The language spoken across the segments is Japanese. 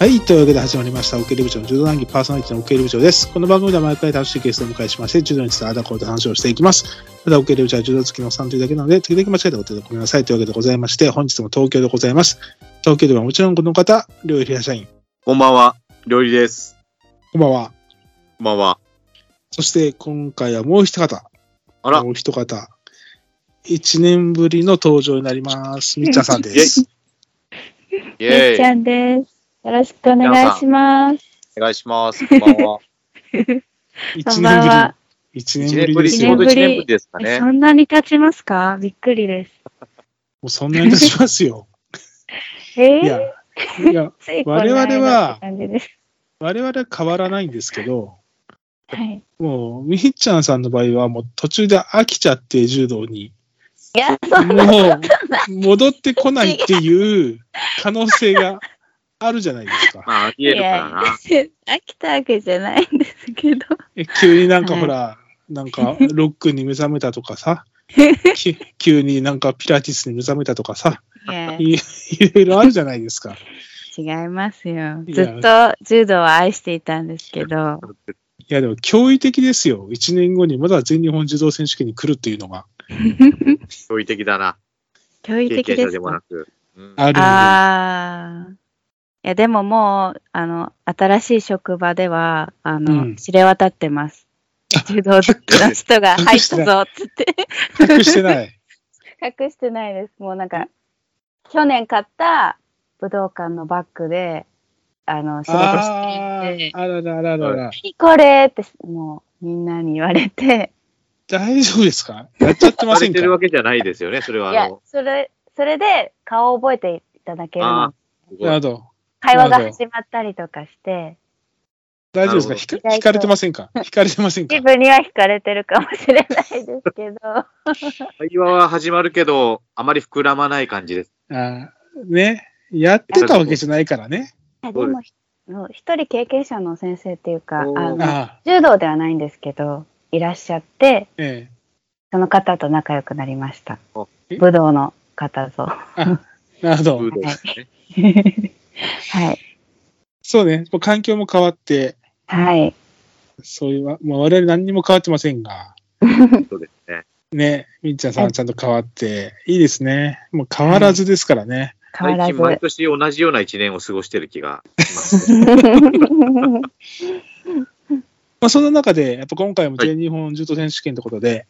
はい。というわけで始まりました。受け入れ部長の柔道談義パーソナリティの受け入れ部長です。この番組では毎回楽しいゲストをお迎えしまして、柔道についてあだこうと話をしていきます。ただ受け入れ部長は柔道好きの3というだけなので、時々間違えたことでごめんなさい。というわけでございまして、本日も東京でございます。東京ではもちろんこの方、両平社員、こんばんは、料理です。こんばんは。こんばんは。そして今回はもう一方。あらもう一方。1年ぶりの登場になります。みっちゃんさんでイェす。イみェっーちイ。ゃんです。よろしくお願いします。お願いします。こんばんは。こ1んばんは。年一ぶり。1年年ぶぶり、りちですよ。ょうもど一年ぶりですかえねそ。んなに経ちますかびっくりです。うそんなに経ちますよ。えいやー、、いや、ついこの間我々はって感じです。我々は変わらないんですけど、はい。もう、みひっちゃんさんの場合は、もう途中で飽きちゃって、柔道に。いや、そんなもう、戻ってこないっていう可能性があるじゃないですか。まあ、ありえるからな。いやい や飽きたわけじゃないんですけ ど。え急になんかほら、なんかロックに目覚めたとかさ、き急になんかピラティスに目覚めたとかさ、いや、いいろいろあるじゃないですか。違いますよ。いずやっと柔道を愛していたんですけど。いや、でも驚異的ですよ。1年後にまだ全日本柔道選手権に来るっていうのが驚異的だな。驚異経的験者でですもかなく。うんあるんああ。いや、でももう、あの、新しい職場では、あの、うん知れ渡ってます。柔道好きの人が入隠っしてたぞっつって。で。隠してない。隠してないです。もうなんか、去年買った武道館のバッグで、あの、仕事あしてーいあらららららら。て、これって、もう、みんなに言われて、大丈夫ですかやっちゃってまさせれんてかるわけじゃないですよね、それはいあやの、、それ、それで顔を覚えていただけるあのあ。すごないるほど。会話がなるほ始まったりとかして、大丈夫ですかなるひ意外かと引かれてませんか引かれてませんか自分には惹かれてるかもしれないですけど、会話は始まるけど、あまり膨らまない感じです。 あーね。やってたわけじゃないからね。いやそうででもひもう一人経験者の先生っていうかあおーのあ柔道ではないんですけどいらっしゃってーえその方と仲良くなりましたおえ武道の方とはえあ、なるほどブ。ードですねいそうね。もう環境も変わって、はいそういうわ、まあ、我々何にも変わってませんが、そうですね。ね、みっちゃんさんはちゃんと変わって、いいですね。もう変わらずですからね。変わら最近毎ず年同じような一年を過ごしてる気がします。 まあ、そんな中で、やっぱ今回も全日本柔道選手権ということで、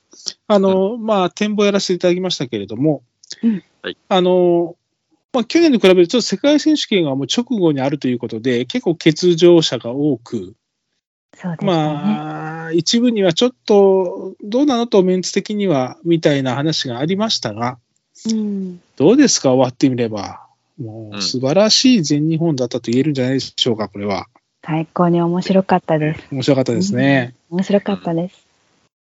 あの、まあ、展望やらせていただきましたけれども、うんはいあの、まあ、去年に比べると世界選手権がもう直後にあるということで、結構欠場者が多く、そうですね、まあ、一部にはちょっと、どうなのとメンツ的には、みたいな話がありましたが、うん、どうですか終わってみれば。もうう、ん素晴らしい全日本だったと言えるんじゃないでしょうか、これは。最高に面白かったです面白かったですね。面白かったです、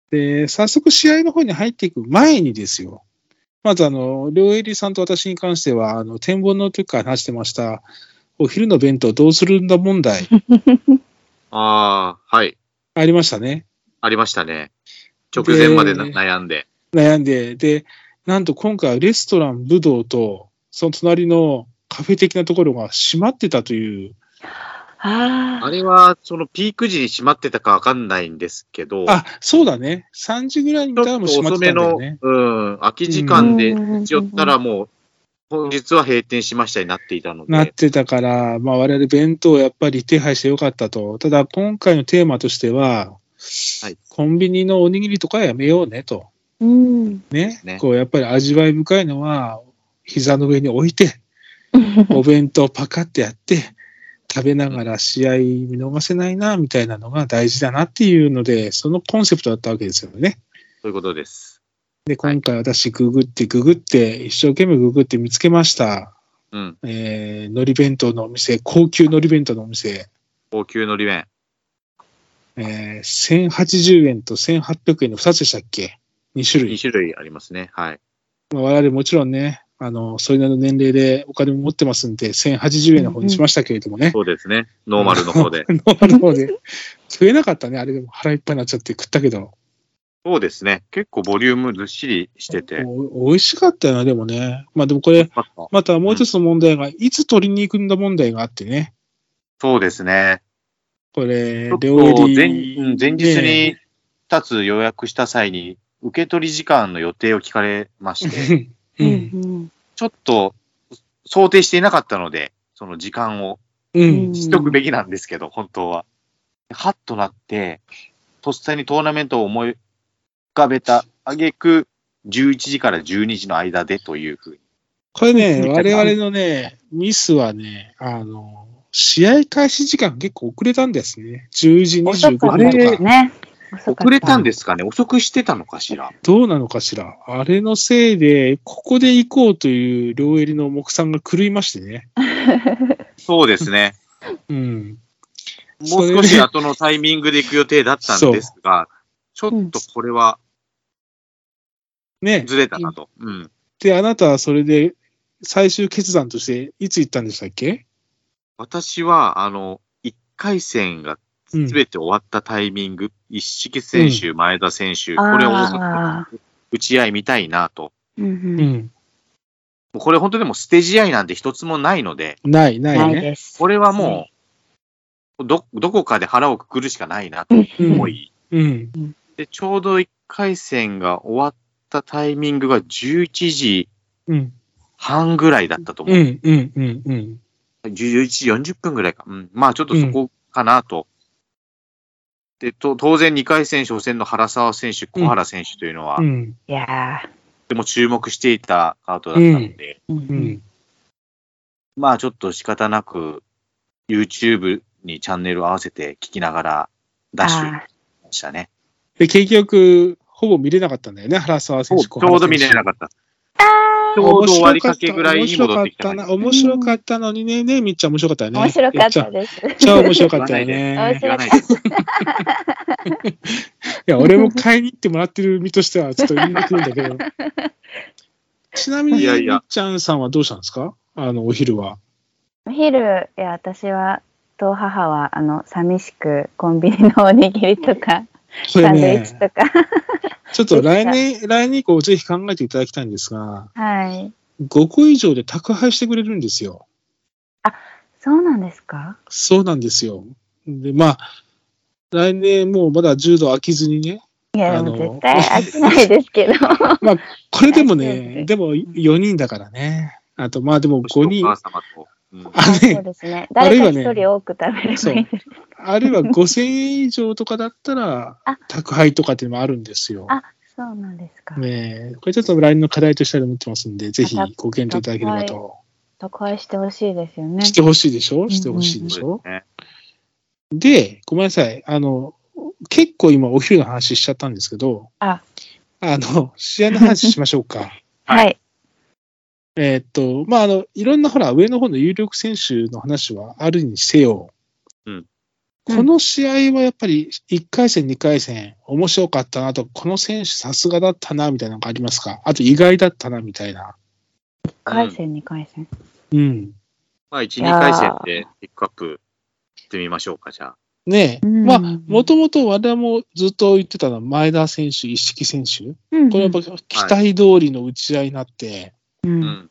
で、早速試合の方に入っていく前にですよ。まず、あの、両襟さんと私に関しては、あの、展望の時から話してました、お昼の弁当どうするんだ問題、ああ、はい。ありましたね。ありましたね。直前までなで悩んで。悩んで、で、なんと今回はレストラン、武道と、その隣のカフェ的なところが閉まってたという、ああれは、そのピーク時に閉まってたかわかんないんですけど、あ、そうだね。3時ぐらいにちょっからとも閉まっ遅てためんだよの、ね。うん、空き時間でうん立ち寄ったらもう、本日は閉店しましたになっていたのなっで、てたから、まあ我々弁当をやっぱり手配してよかったと。ただ今回のテーマとしては、はいコンビニのおにぎりとかはやめようねと。ーうんね。ねこうやっぱり味わい深いのは、膝の上に置いて、お弁当パカってやって、食べながら試合見逃せないな、みたいなのが大事だなっていうので、そのコンセプトだったわけですよね。そういうことです。で、はい今回私ググってググって、一生懸命ググって見つけました。うん、えー、海苔弁当のお店、高級海苔弁当のお店。高級のり弁。えー、1080円と1800円の2つでしたっけ ?2 種2類。種類ありますね。はい。まあ我々もちろんね、あの、それなりの年齢でお金も持ってますんで、1080円の方にしましたけれどもね。。そうですね。ノーマルの方で ノーマルの方で。食えなかったね、あれでも腹いっぱいになっちゃって食ったけど。そうですね。結構ボリュームずっしりしてて。お美味しかったよな、でもね。まあでもこれ、まあまたもう一つの問題が、いつ取りに行くんだ問題があってね。そうですね。これちょっ、料と前理。うん前日ねに2つ予約した際に、受け取り時間の予定を聞かれ まして、 う。うんんちょっと想定していなかったので、その時間をう。うんしとくべきなんですけど、本当は。はっとなって、とっさにトーナメントを思い浮かべた挙句、11時から12時の間でというふうに。これ ね、うん我々のね、ミスはね、あの、試合開始時間結構遅れたんですね。10時遅25かっ分たとでかす。ね。遅か遅っれたた。んですかね遅くしてたのかしらどうなのかしら。あれのせいで、ここで行こうという両襟の目算が狂いましてね。そうですね。うん。もう少し後のタイミングで行く予定だったんです が、ちょっとこれはね。ずれたなと。うん。で、あなたはそれで、最終決断として、いつ行ったんでしたっけ私は、あの、1回戦がうん全て終わったタイミング、一色選手、前田選手、これをああ。打ち合い見たいなと。うんうんうん。もうこれ本当でも捨て試合なんて一つもないので、ない、ないないね。です。これはもう、ど、どこかで腹をくくるしかないなと思い、うん。で、ちょうど1回戦が終わったタイミングが11時うん。半ぐらいだったと思うう。ん。うん。うん。うん。 11時40分ぐらいか。うん。まあちょっとそこかなと。で、と、当然2回戦初戦の原沢選手、小原選手というのは、うとん。いやても注目していたカードだったので、ーううんん。まあちょっと仕方なく、YouTube にチャンネルを合わせて聞きながら、ダッシュあしたね。で、結局、ほぼ見れなかったんだよね、原沢そ選う手。ちょうど見れなかっった。ちょうど終わりかけぐらいに戻ってきた面白かったね。な、面白かったのにね、ね、みっちゃん面白かったよーね。面白かっためです。っちゃ面白かったよ面ね。言白わかなっいで。いや、俺も買いに行ってもらってる身としては、ちょっと言いにくいんだ けど。ちなみに、いやいみやっちゃんさんはどうしたんですかあの、お昼は。お昼、いや、私は、と母は、あの、寂しく、コンビニのおにぎりとか、こ れサンドイッチね、とか、ちょっと来年、来年以降ぜひ考えていただきたいんですが、はい。 5個以上で宅配してくれるんですよ。そうなんですかそうなんですよ。で、まあ、来年もうまだ10度飽きずにね、いや、あでのも絶対飽きないですけど。これでも大丈夫でね、すでも4人だからね。あと、まあでも5人お、母様と。うんあのそうね、ですね。あるい誰はかね一人多く食べればいいです。あるいは5000円以上とかだったらあ、宅配とかっていうのもあるんですよ。あそうなんですか。ねえこれちょっと来年の課題としては思ってますんで、ぜひあ宅ご検討いただければと。得愛してほしいですよねし。てほしいでしょんしてほしいでしそうょですね。で、ごめんなさい。あの、結構今お昼の話しちゃったんですけど、ああの、試合の話しましょうか。はい。えーっと、まあ、あの、いろんなほら、上の方の有力選手の話はあるにせよ、うんこの試合はやっぱり1回戦、2回戦、面白かったなと、この選手さすがだったな、みたいなのがありますかあと意外だったな、みたいな。 1回戦、2回戦。うん。まあ、1、いや2ー回戦でピックアップしてみましょうか、じゃあ。ねえ。うんまあ、もともと我々もずっと言ってたのは前田選手、一色選手。うんこれやっぱ期待通りの打ち合いになって、う。うんん。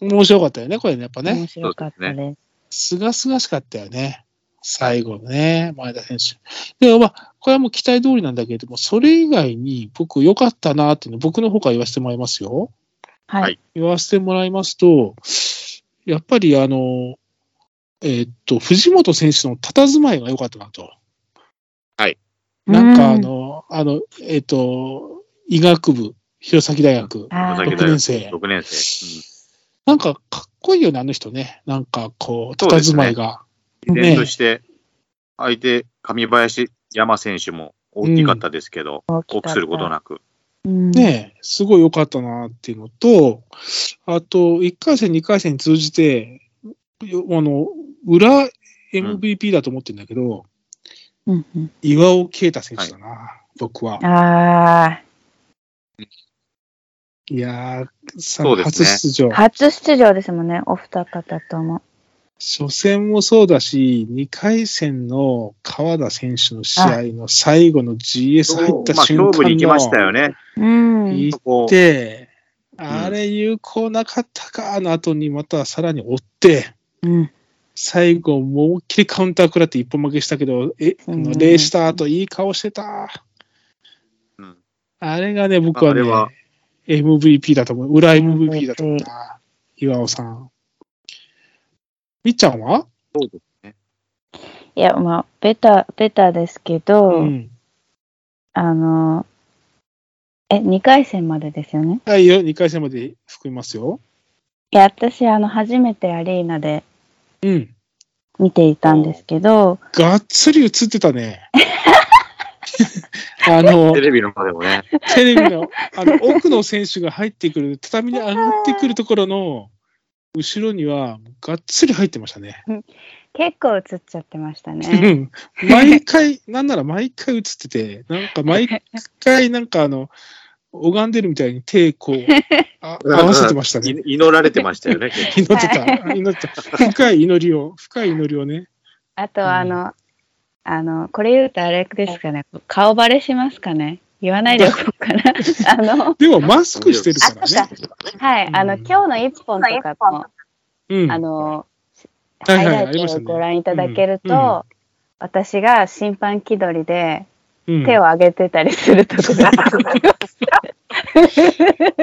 面白かったよね、これね、やっぱね面。白かったです。すがすがしかったよね。最後のね、前田選手。で、まあ、これはもう期待通りなんだけれども、それ以外に僕良かったなっていうの僕の方から言わせてもらいますよ。ははいい。言わせてもらいますと、やっぱりあの、えーっと、藤本選手の佇まいが良かったなと。なんかあの、あの、えーっと、医学部、弘前大学、あー六弘年生。 6年生。なんかかっこいいよね、あの人ね。なんかこう、そうです佇ねまいが。うん。依ね然として、相手、上林山選手も大きかったですけど、大多くすることなく。うんねえ、すごい良かったなっていうのと、あと、1回戦、2回戦通じて、よあの、裏 MVP だと思ってるんだけど、うんうん岩尾啓太選手だな、僕は。あいやー、さそうです初ね出場あ、。初出場ですもんね、お二方とも。初戦もそうだし、2回戦の川田選手の試合の最後の GS 入ったまあ、瞬間の、勝負に行きましたよね。うん。行そこっ、て、あれ有効なかったかの後にまたさらに追って、うん最後、思いっきりカウンター食らって一本負けしたけど、え、あのうん礼した後、いい顔してた。うん。あれがね、僕はね、あれは MVP だと思う。裏 MVP だと思うな。岩尾さん。みっちゃんはそうです。いや、まあ、ベタ、ベタですけど、うん。あの、え、2回戦までですよね。はいよ、2回戦まで含みますよ。いや、私、あの、初めてアリーナでうん。見ていたんですけど、がっつり映ってたね。 あのテ、レビの方でもね。テレビの、あの、奥の選手が入ってくる、畳に上がってくるところの、後ろには、がっつり入ってましたね。結構映っちゃってましたう ね。ん。毎回、なんなら毎回映ってて、なんか毎回、なんかあの、拝んでるみたいに手、こ う、あ合わせてましたね。い 祈られてましたよね。結祈構ってた。祈ってた。深い祈りを、深い祈りをね。あとうんは、あの、あの、これ言うとあれですかね、顔バレしますかね。言わないでおこう かな。あの、でも、マスクしてるからね。はい、あの、うん今日の一本とかの、うん。あの、はハいイはいライトをご覧いただけるありと、ましたねうんうん私が審判気取りでうん手を上げてたりすると こが出てきま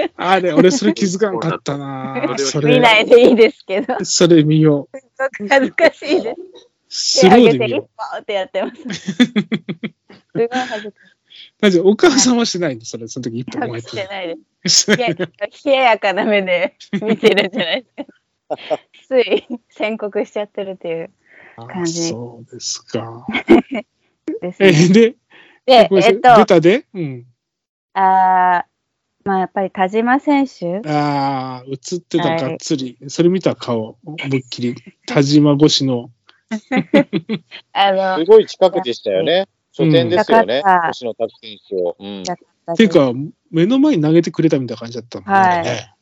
すあれ、俺、それ気づかんかったなそそれれ見、ないでいいです けど、それ見よう。恥ずかしいです。ス手ロ上ーげでて見一よう歩。ってやってま す。すごい恥ずかなぜお母さんはしてないのそれ、その時一本も入っしくてないでてす。ない。冷ややかな目で見てるんじゃない ですか。つい宣告しちゃってるっていう感じあそうです か。ですえ、ね。で、で、ごめんなさえいっとベ、タでうん。あーまあやっぱり田島選手、ああ、映ってたはいがっつり。それ見た顔、思いっきり。田島越しの。あの、すごい近くでしたよね。初見ですよねうん高かっ。た星野拓選手を。うん。ていうか、目の前に投げてくれたみたいな感じだったもんね。はいあれね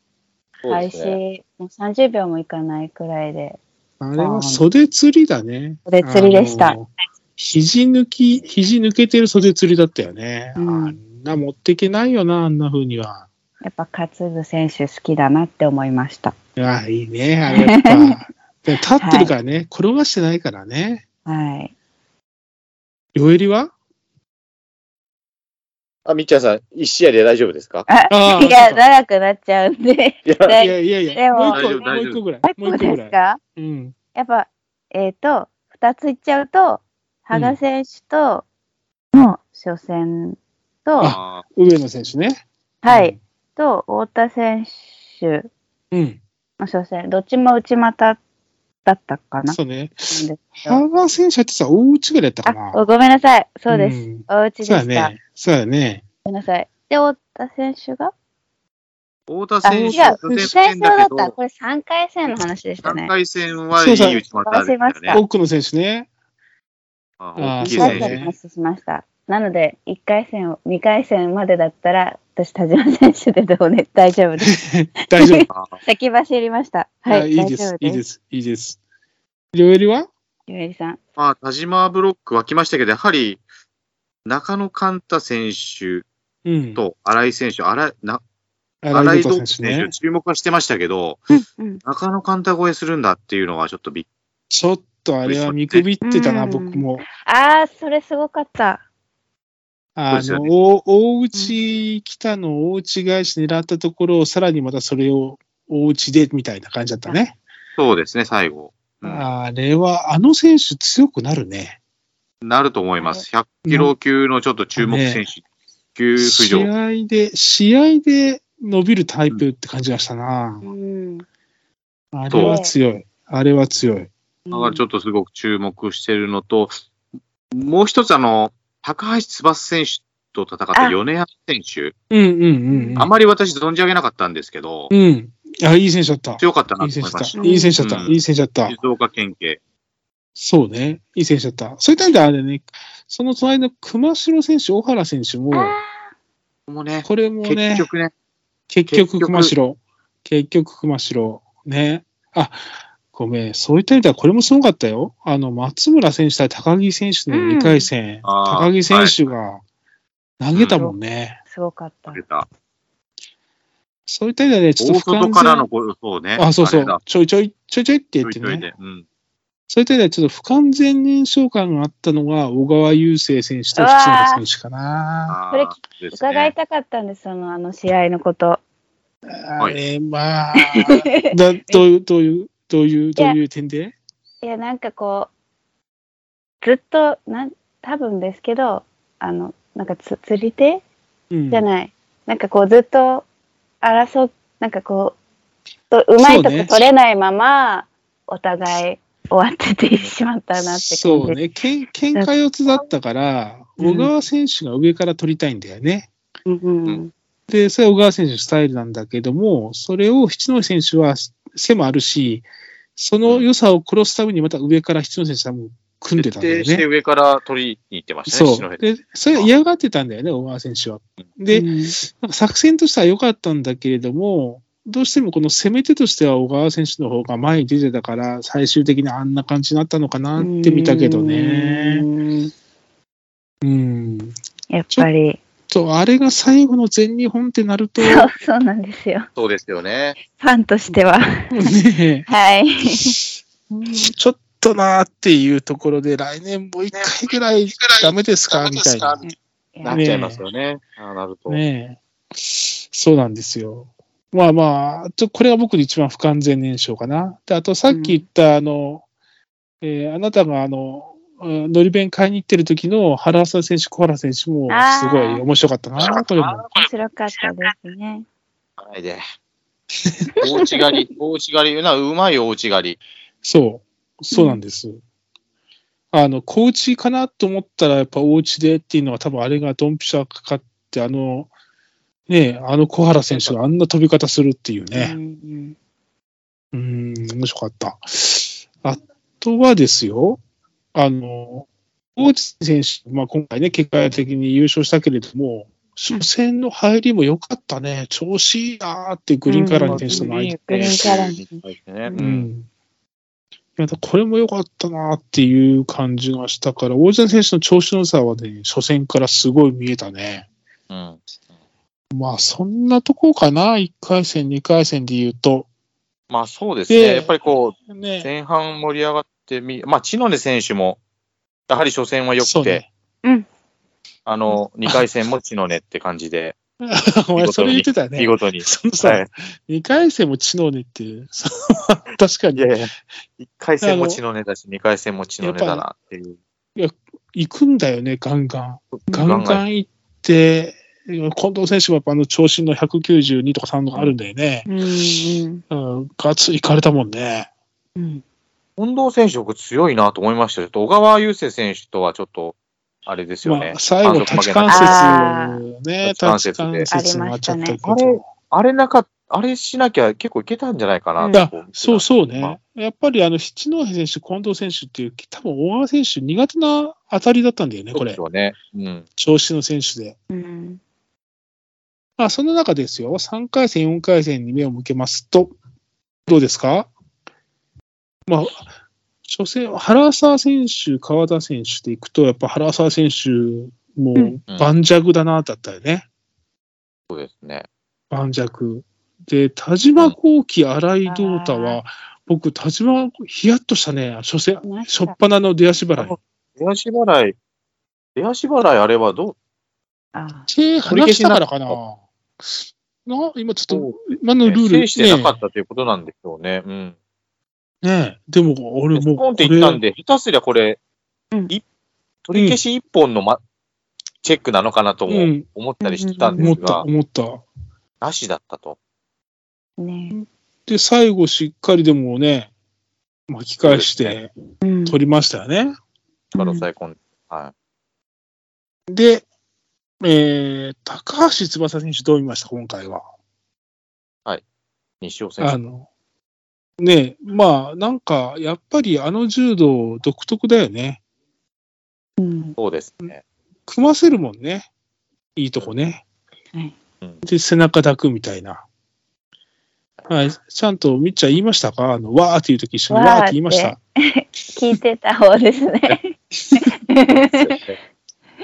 そうで開すね。始もう30秒もいかないくらいで、あれは袖釣りだね。袖釣りでしたあの。肘抜き、肘抜けてる袖釣りだったよね。うんあんな持っていけないよな、あんな風には。やっぱ勝部選手好きだなって思いました。ああ、いいね、あれやっ ぱ。でも立ってるからね、転がしてないからね。はい。両襟はあ、みっちゃんさん、一試合で大丈夫ですかああーいそや、うか長くなっちゃうんで。いやいでやいやいでや、ももう一個、も大う丈夫一個ぐらい。ももうう一一個ぐ個ですらい。かうん。やっぱ、えっ、と、2ついっちゃうと、羽賀選手との初戦と、ああ上野選手ね。はい、。と、太田選手うん。の初戦、どっちも内股だったかな。そうね。なんですけど羽賀選手ってさ、大内ぐらいやったかな。あ、ごめんなさい。そうです。んお家でしそうた。だね。そうだね。ごめんなさい。で、太田選手がー太あ、田違選う。手、戦争だだっけた。ど、これ3回戦の話でした3ね。回戦はいい打ち方だったよね。奥の選手 ね。ああ大きいそうね選3回戦手の。話しました。なので、1回戦、2回戦までだったら、私、田島選手でどうね、 大丈夫です。大丈夫。あー先走りました。あはい、いい大で丈す夫。いいで。ですす。いいです。両襟はゆめりさん。まあ、田島ブロックは来ましたけど、やはり、中野寛太選手うん。と新井選手、新井な荒新井井戸道選樹手選手、ね。注目はしてましたけど、うん。中野寛太超えするんだっていうのはちょっとびっちょっとあれは見くびってたな、うん僕も。あー、それすごかった。あの、そうですよねお大内北の大内返し狙ったところを、さらにまたそれを大内でみたいな感じだったね。そうですね、最後。うんあれは、あの選手強くなるね。なると思います。100キロ級のちょっと注目選手、急浮試上。合で、試合で伸びるタイプって感じがしたなう。ん。あれは強い。あれは強い。だからちょっとすごく注目してるのと、もう一つあの、高橋翼選手と戦ったあ米山選手、うんうんうんうん。あまり私存じ上げなかったんですけど、うん。あ、いい選手だった。強かったないいと選思手いましだたった。。いい選手だった。いい選手だった。うん静岡県警。そうね。いい選手だった。そういった意味ではあれね、その隣の熊代選手、小原選手も、あここもね、これも結ね、局ね、結局熊代。結局熊代。ね。あ、ごめん。そういった意味ではこれもすごかったよ。あの、松村選手対高木選手のうん2回戦、あー高木選手が投げたもんね。ー、すごかった投。げたそういった意味ではね、ちょっ大と不完外全からの、こそうね。あ、そうそうれだ。ちょいちょい、ちょいちょいってち言ょっいてちょいねで。。うん。そういった意味ではちょっと不完全燃焼感があったのが、小川雄星選手と淵中選手かな。あそれーですね伺いたかったんです、その、あの試合のこと。あれ、まあ、いだどういう、どういう、どういう、どういう点でや、なんかこう、ずっと、なん、多分ですけど、あの、なんかつ釣り手うんじゃない。なんかこう、ずっと争う、なんかこう、とうまいそうとこね取れないまま、お互い終わっててしまったなって感じ。そうね、けん喧嘩四つだったから、うん小川選手が上から取りたいんだよね。うんう。うんで、それは小川選手のスタイルなんだけども、それを七野選手は背もあるし、その良さを殺すためにまた上から七野選手はもう組んでたんだよ徹底してね。上から取りに行ってましたね、そ篠う。辺で、それは嫌がってたんだよね、小川選手は。で、うんなんか作戦としては良かったんだけれども、どうしてもこの攻め手としては小川選手の方が前に出てたから、最終的にあんな感じになったのかなって見たけどね。うんうん。やっぱり。と、あれが最後の全日本ってなると、そう、そうなんですよ。そうですよね。ファンとしては。ね はい。え、ちょっとなーっていうところで、来年もう一回ぐらいダメですかみたいな。なっちゃいますよね。ああなると。ねえ。そうなんですよ。まあまあ、ちょこれが僕の一番不完全燃焼かな。で、あとさっき言った、あの、えーあなたがあの、うんのり弁買いに行ってる時の原沢選手、小原選手もすごい面白かったあな、ーこれも。面白かったですね。ないで。大内 刈り、大内刈り、な、うまいよ、大内刈り。そう、そうなんです。あの、小内かなと思ったら、やっぱお内でっていうのは、多分あれがドンピシャかかって、あの、ねえ、あの小原選手があんな飛び方するっていうね。うんうーん、面白かった。あとはですよ、あの、大内選手、まあ、今回ね、結果的に優勝したけれども、初戦の入りも良かったね、調子いいなーってグリーンカラーに選手との相手グリーンカラーにね。ううんんいやだこれも良かったなっていう感じがしたから、大谷選手の調子の良さはね、初戦からすごい見えたね。うん。まあ、そんなとこかな、1回戦、2回戦で言うと。まあそうですね。でやっぱりこう、ね、前半盛り上がってみ、まあ、千野根選手も、やはり初戦は良そくうて、ね。 あの、2回戦も千野根って感じで、お前、それ言ってたよ見ね。事に。そのさ、はい。 2回戦も知能ねっていう、 その確かいにやいや、1回戦も千野根だし、2回戦も千野根だなっていう。行くんだよね、ガンガン。ガガンンガガン行って、近藤選手もやっぱあの長身の192とか3とかあるんだよね。うんうん、ガッツリ行かれたもんね。うん。近藤選手、僕強いなと思いましたよ。ちょっと小川雄生選手とはちょっと、あれですよね。まあ、最後、反則負立ち関けなかった節をね、あー立ち関節になっちゃったけありましたねど。あれなかっ、あれしなきゃ結構いけたんじゃないかな、ういんやこうそうそうまあね。やっぱりあの、七戸選手、近藤選手っていう、多分大川選手苦手な当たりだったんだよね、そこうでれす。よね。うん。調子の選手で。うん。まあ、その中ですよ、3回戦、4回戦に目を向けますと、どうですかまあ、初戦、原沢選手、川田選手でいくと、やっぱ原沢選手もうん盤石だな、だったよね。そうですね。盤石。で、田島幸喜、荒井道太あは、僕、田島、ヒヤッとしたね、初戦、なんか初っ端の出足払い。出足払い、出足払いあれはどうあ手取り離し消したなかからったかな。な今ちょっそと、今のルール、制してなかっねたということなんでしょうね。うん。ねでも、俺もう、スポンこっていったんれ、で、下手すりゃこれ、うんい取り消し一本の、ま、チェックなのかなとうもん思ったりしたんで思すった、が、思った。なしだったと。あ。ねで、最後、しっかりでもね、巻き返しそうて、うん。取りましたよね。だからうん最高。はで、えー、高橋翼選手、どう見ました、今回は。い。西尾選あ手。の、ねえまあ、なんか、やっぱりあの柔道独特だよね。うん。そうですね。組ませるもんね。いいとこね。はいで、背中抱くみたいな。はい。ちゃんと、みっちゃん言いましたかあの、わーっていう時一緒にわーわーって言いました。聞いてた方ですね。そりゃ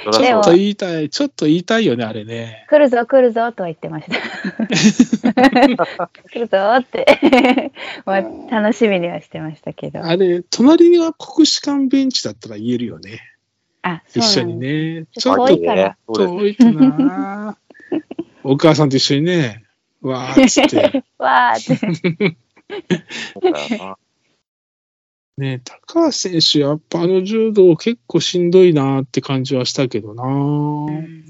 そうちでょもっと言いたい、ちょっと言いたいよね、あれね。来るぞ来るぞとは言ってました 来るぞって まあ楽しみにはしてましたけどあれ、隣は国士舘ベンチだったら言えるよね。あそう一なん緒にですね。ちょっと遠 いからそうですね。遠いか な。お母さんと一緒にね、わーっつって。わーってそうだよなね、高橋選手、やっぱあの柔道結構しんどいなーって感じはしたけどなー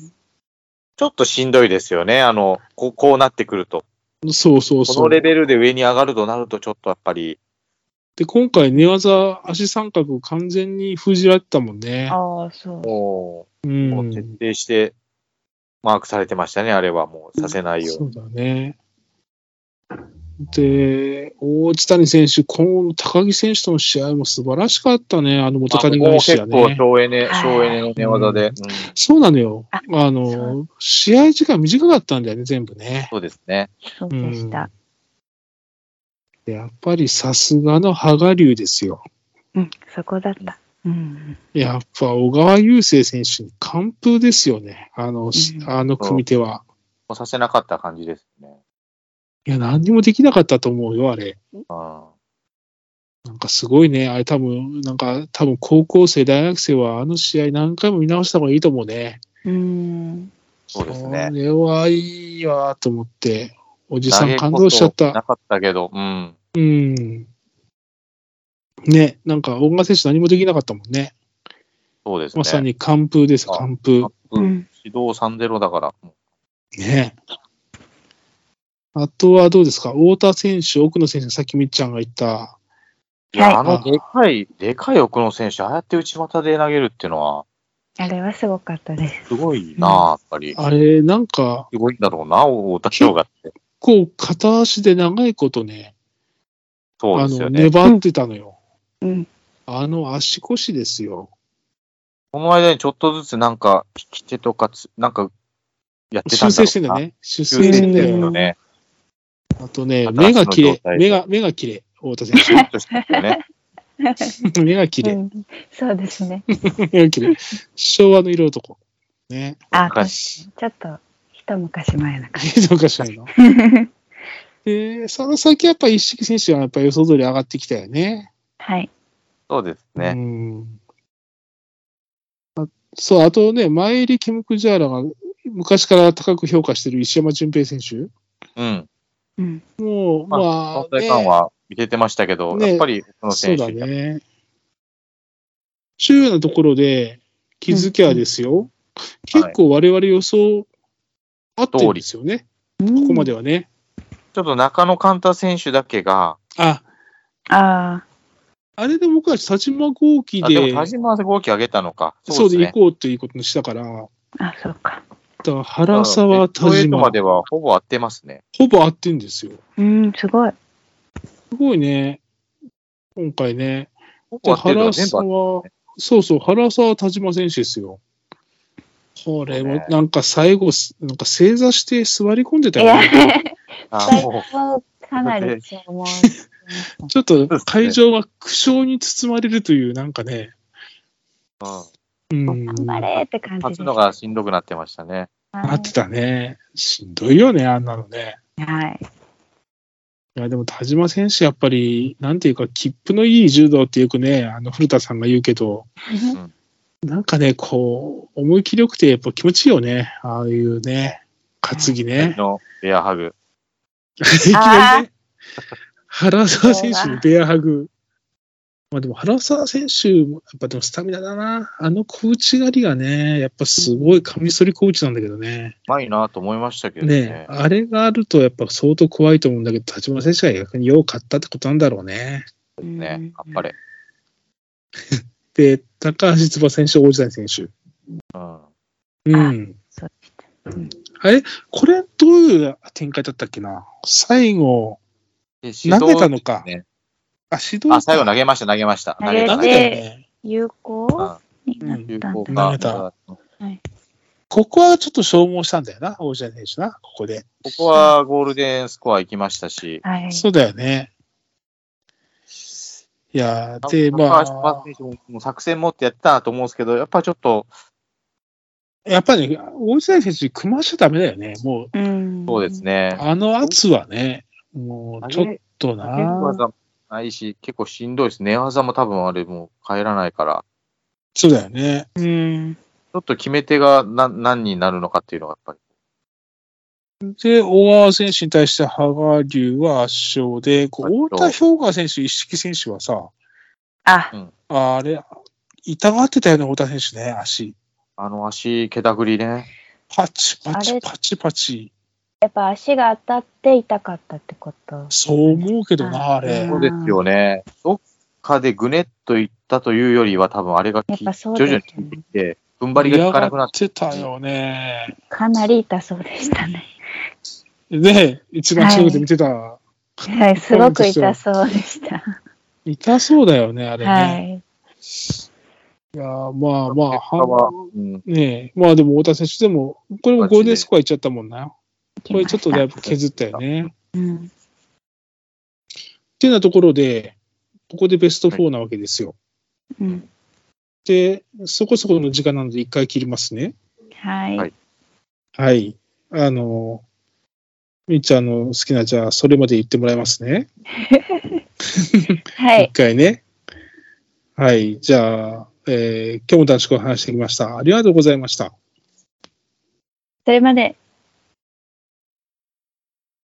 ちょっとしんどいですよね。あの、こうこうなってくると。そうそうこそのう。レベルで上に上がるとなると、ちょっとやっぱり、で、今回寝技、足三角完全に封じられてたもんね。 ああそうもうう、もう徹ん。底して、マークされてましたね、あれは。もう、させないようそに。うだね。で、大地谷選手、この高木選手との試合も素晴らしかったね、あの元まあ谷ここ返もし結が構ね。省エネ、はい省エネの寝技うで。うんそうなのよ。ああの、試合時間短かったんだよね、全部ね。そうですね。そうでした、でやっぱりさすがの羽賀龍ですよ。うんそこだった、うん、やっぱ小川雄生選手に完封ですよね、あの、しうんあの組手は。もうさせなかった感じですね。いや、何にもできなかったと思うよ、あれ。うん。なんかすごいね。あれ多分、なんか多分高校生、大学生はあの試合何回も見直した方がいいと思うね。うんそうですねこれはいいわと思って、おじさ投んげ感動しちゃっこそなた。かったけど、うん。うん。ね、なんか大川選手何もできなかったもんね。そうですね。まさに完封です、あ完封。うんうん指導3-0だから。もね。あとはどうですか太田選手、奥野選手、さっきみっちゃんが言った。ういや、はいあの、でかい、でかい奥野選手、ああやって内股で投げるっていうのは、あれはすごかったですすごいなあ、やっぱり。あれ、なんか、すごいんだろうな、大田翔がって。こう、片足で長いことね、そうあですの、よね。粘ってたのよ。うんあの足腰ですよ。この間にちょっとずつなんか、引き手とかつ、なんか、やってたんだろう修な。正してんだ。ね。修正修正ししてんてんだだよ。よね。あとね、新しい目が綺状麗。態目でが、目が綺麗。太田ちょ選っとしてたよね。手。 目が綺う麗。ん、そうですね目が綺麗。昭和の色男。ね。 あ昔ちょっと一昔前な感じどうかしら の。で、その先やっぱ一色選手はやっぱ予想通り上がってきたよね。はいそうですうね。ん。あそう、あとね、前入りキム・クジャーラが昔から高く評価してる石山純平選手。うん。うんもう、まま存あ、在感は見れてましたけど、ねやっぱり、このそう選だ手、ね。主要なところで気づきゃですよ、結構我々予想合ってるんですよね、ここまではね。ちょっと中野寛太選手だけが、あ、ああれで僕は田島豪輝あででも、田島で動き上げたのか。そうでね行こうということにしたから、ああそうかだから原沢、田ベスト8島ま、ではほぼ合ってますね。ほぼ合ってるんですよ。うんすごいすごいね、今回ね。ほでぼ合ってるの原は全部合って沢、そうそう、原沢、田島選手ですよ。これそうもねなんか最後、なんか正座して座り込んでたいよやね。あ最もう 後かなり消耗しましちょっと会場が苦笑に包まれるという、なんかね、 うん、た頑張れって感うんじ勝つですのがしんどくなってましたね。なってたね。しんどいよね、あんなのね。はいいや、でも田島選手、やっぱり、なんていうか、切符のいい柔道ってよくね、あの、古田さんが言うけど、なんかね、こう、思い切りよくて、やっぱ気持ちいいよね。ああいうね、担ぎね。のベアハグ。 いきなりね。原沢選手にベアハグ。まあでも原沢選手も、やっぱでもスタミナだな。あの小内刈りがね、やっぱすごいカミソリ小内なんだけどね。うまいなと思いましたけどねね。あれがあるとやっぱ相当怖いと思うんだけど、田島選手が逆によう勝ったってことなんだろうね。ねあっぱれ。で、高橋翼選手、大地谷選手。うん。うん。そうあれこれどういう展開だったっけな最後、で指投げたのか。ねあ、指導あ、最後投げげました、投げました。投げて投たげたよね。 有効あになった有効ん投かげだたここはちょっと消耗したんだよな、大地谷選手な、ここで。ここはゴールデンスコア行きましたし、はいそうだよね。いやー、で、高橋まあパス、選手も作戦持ってやってたなと思うんですけど、やっぱちょっと、やっぱりね、大内選手に組ましちゃダメだよね。もう、うんそうです。ね。あの圧はね、もうちょっと投げるな。技もないし、結構しんどいです。寝技も多分あれもう帰らないから、そうだよね。うん。ちょっと決め手がな何になるのかっていうのがやっぱり。で、大川選手に対して羽賀龍は圧勝で、こう圧太田勝氷河選手、一色選手はさ、あ、あれ、痛がってたよね、太田選手ね、足。あの足、蹴たぐりね。パチパあチれパチパチ。やっぱ足が当たって痛かったってこと。そう思うけどな、あれうんそ。うですよね。どっかでぐねっといったというよりは、多分あれがきやっぱ徐そうです々よにね効いてきて、踏ん張りが効かなくなっ、っててたよね。かなり痛そうでしたね。で、一番近くで見てた。 はい、すごく痛そうでした。痛そうだよね、あれね。はい。い、やーまあまあ、他はは、うん、ねえ、まあでも太田選手でも、これもゴールデンスコアいっちゃったもんな。これちょっとだいぶ削ったよね。うん。っていうようなところで、ここでベスト4なわけですよ。うん。で、そこそこの時間なので一回切りますね。はい。はいはい。あの、みーちゃんの好きな、じゃあ、それまで言ってもらいますね。は一、い。回ね。はい。じゃあ、えー今日も楽しくお話してきました。ありがとうございました。それまで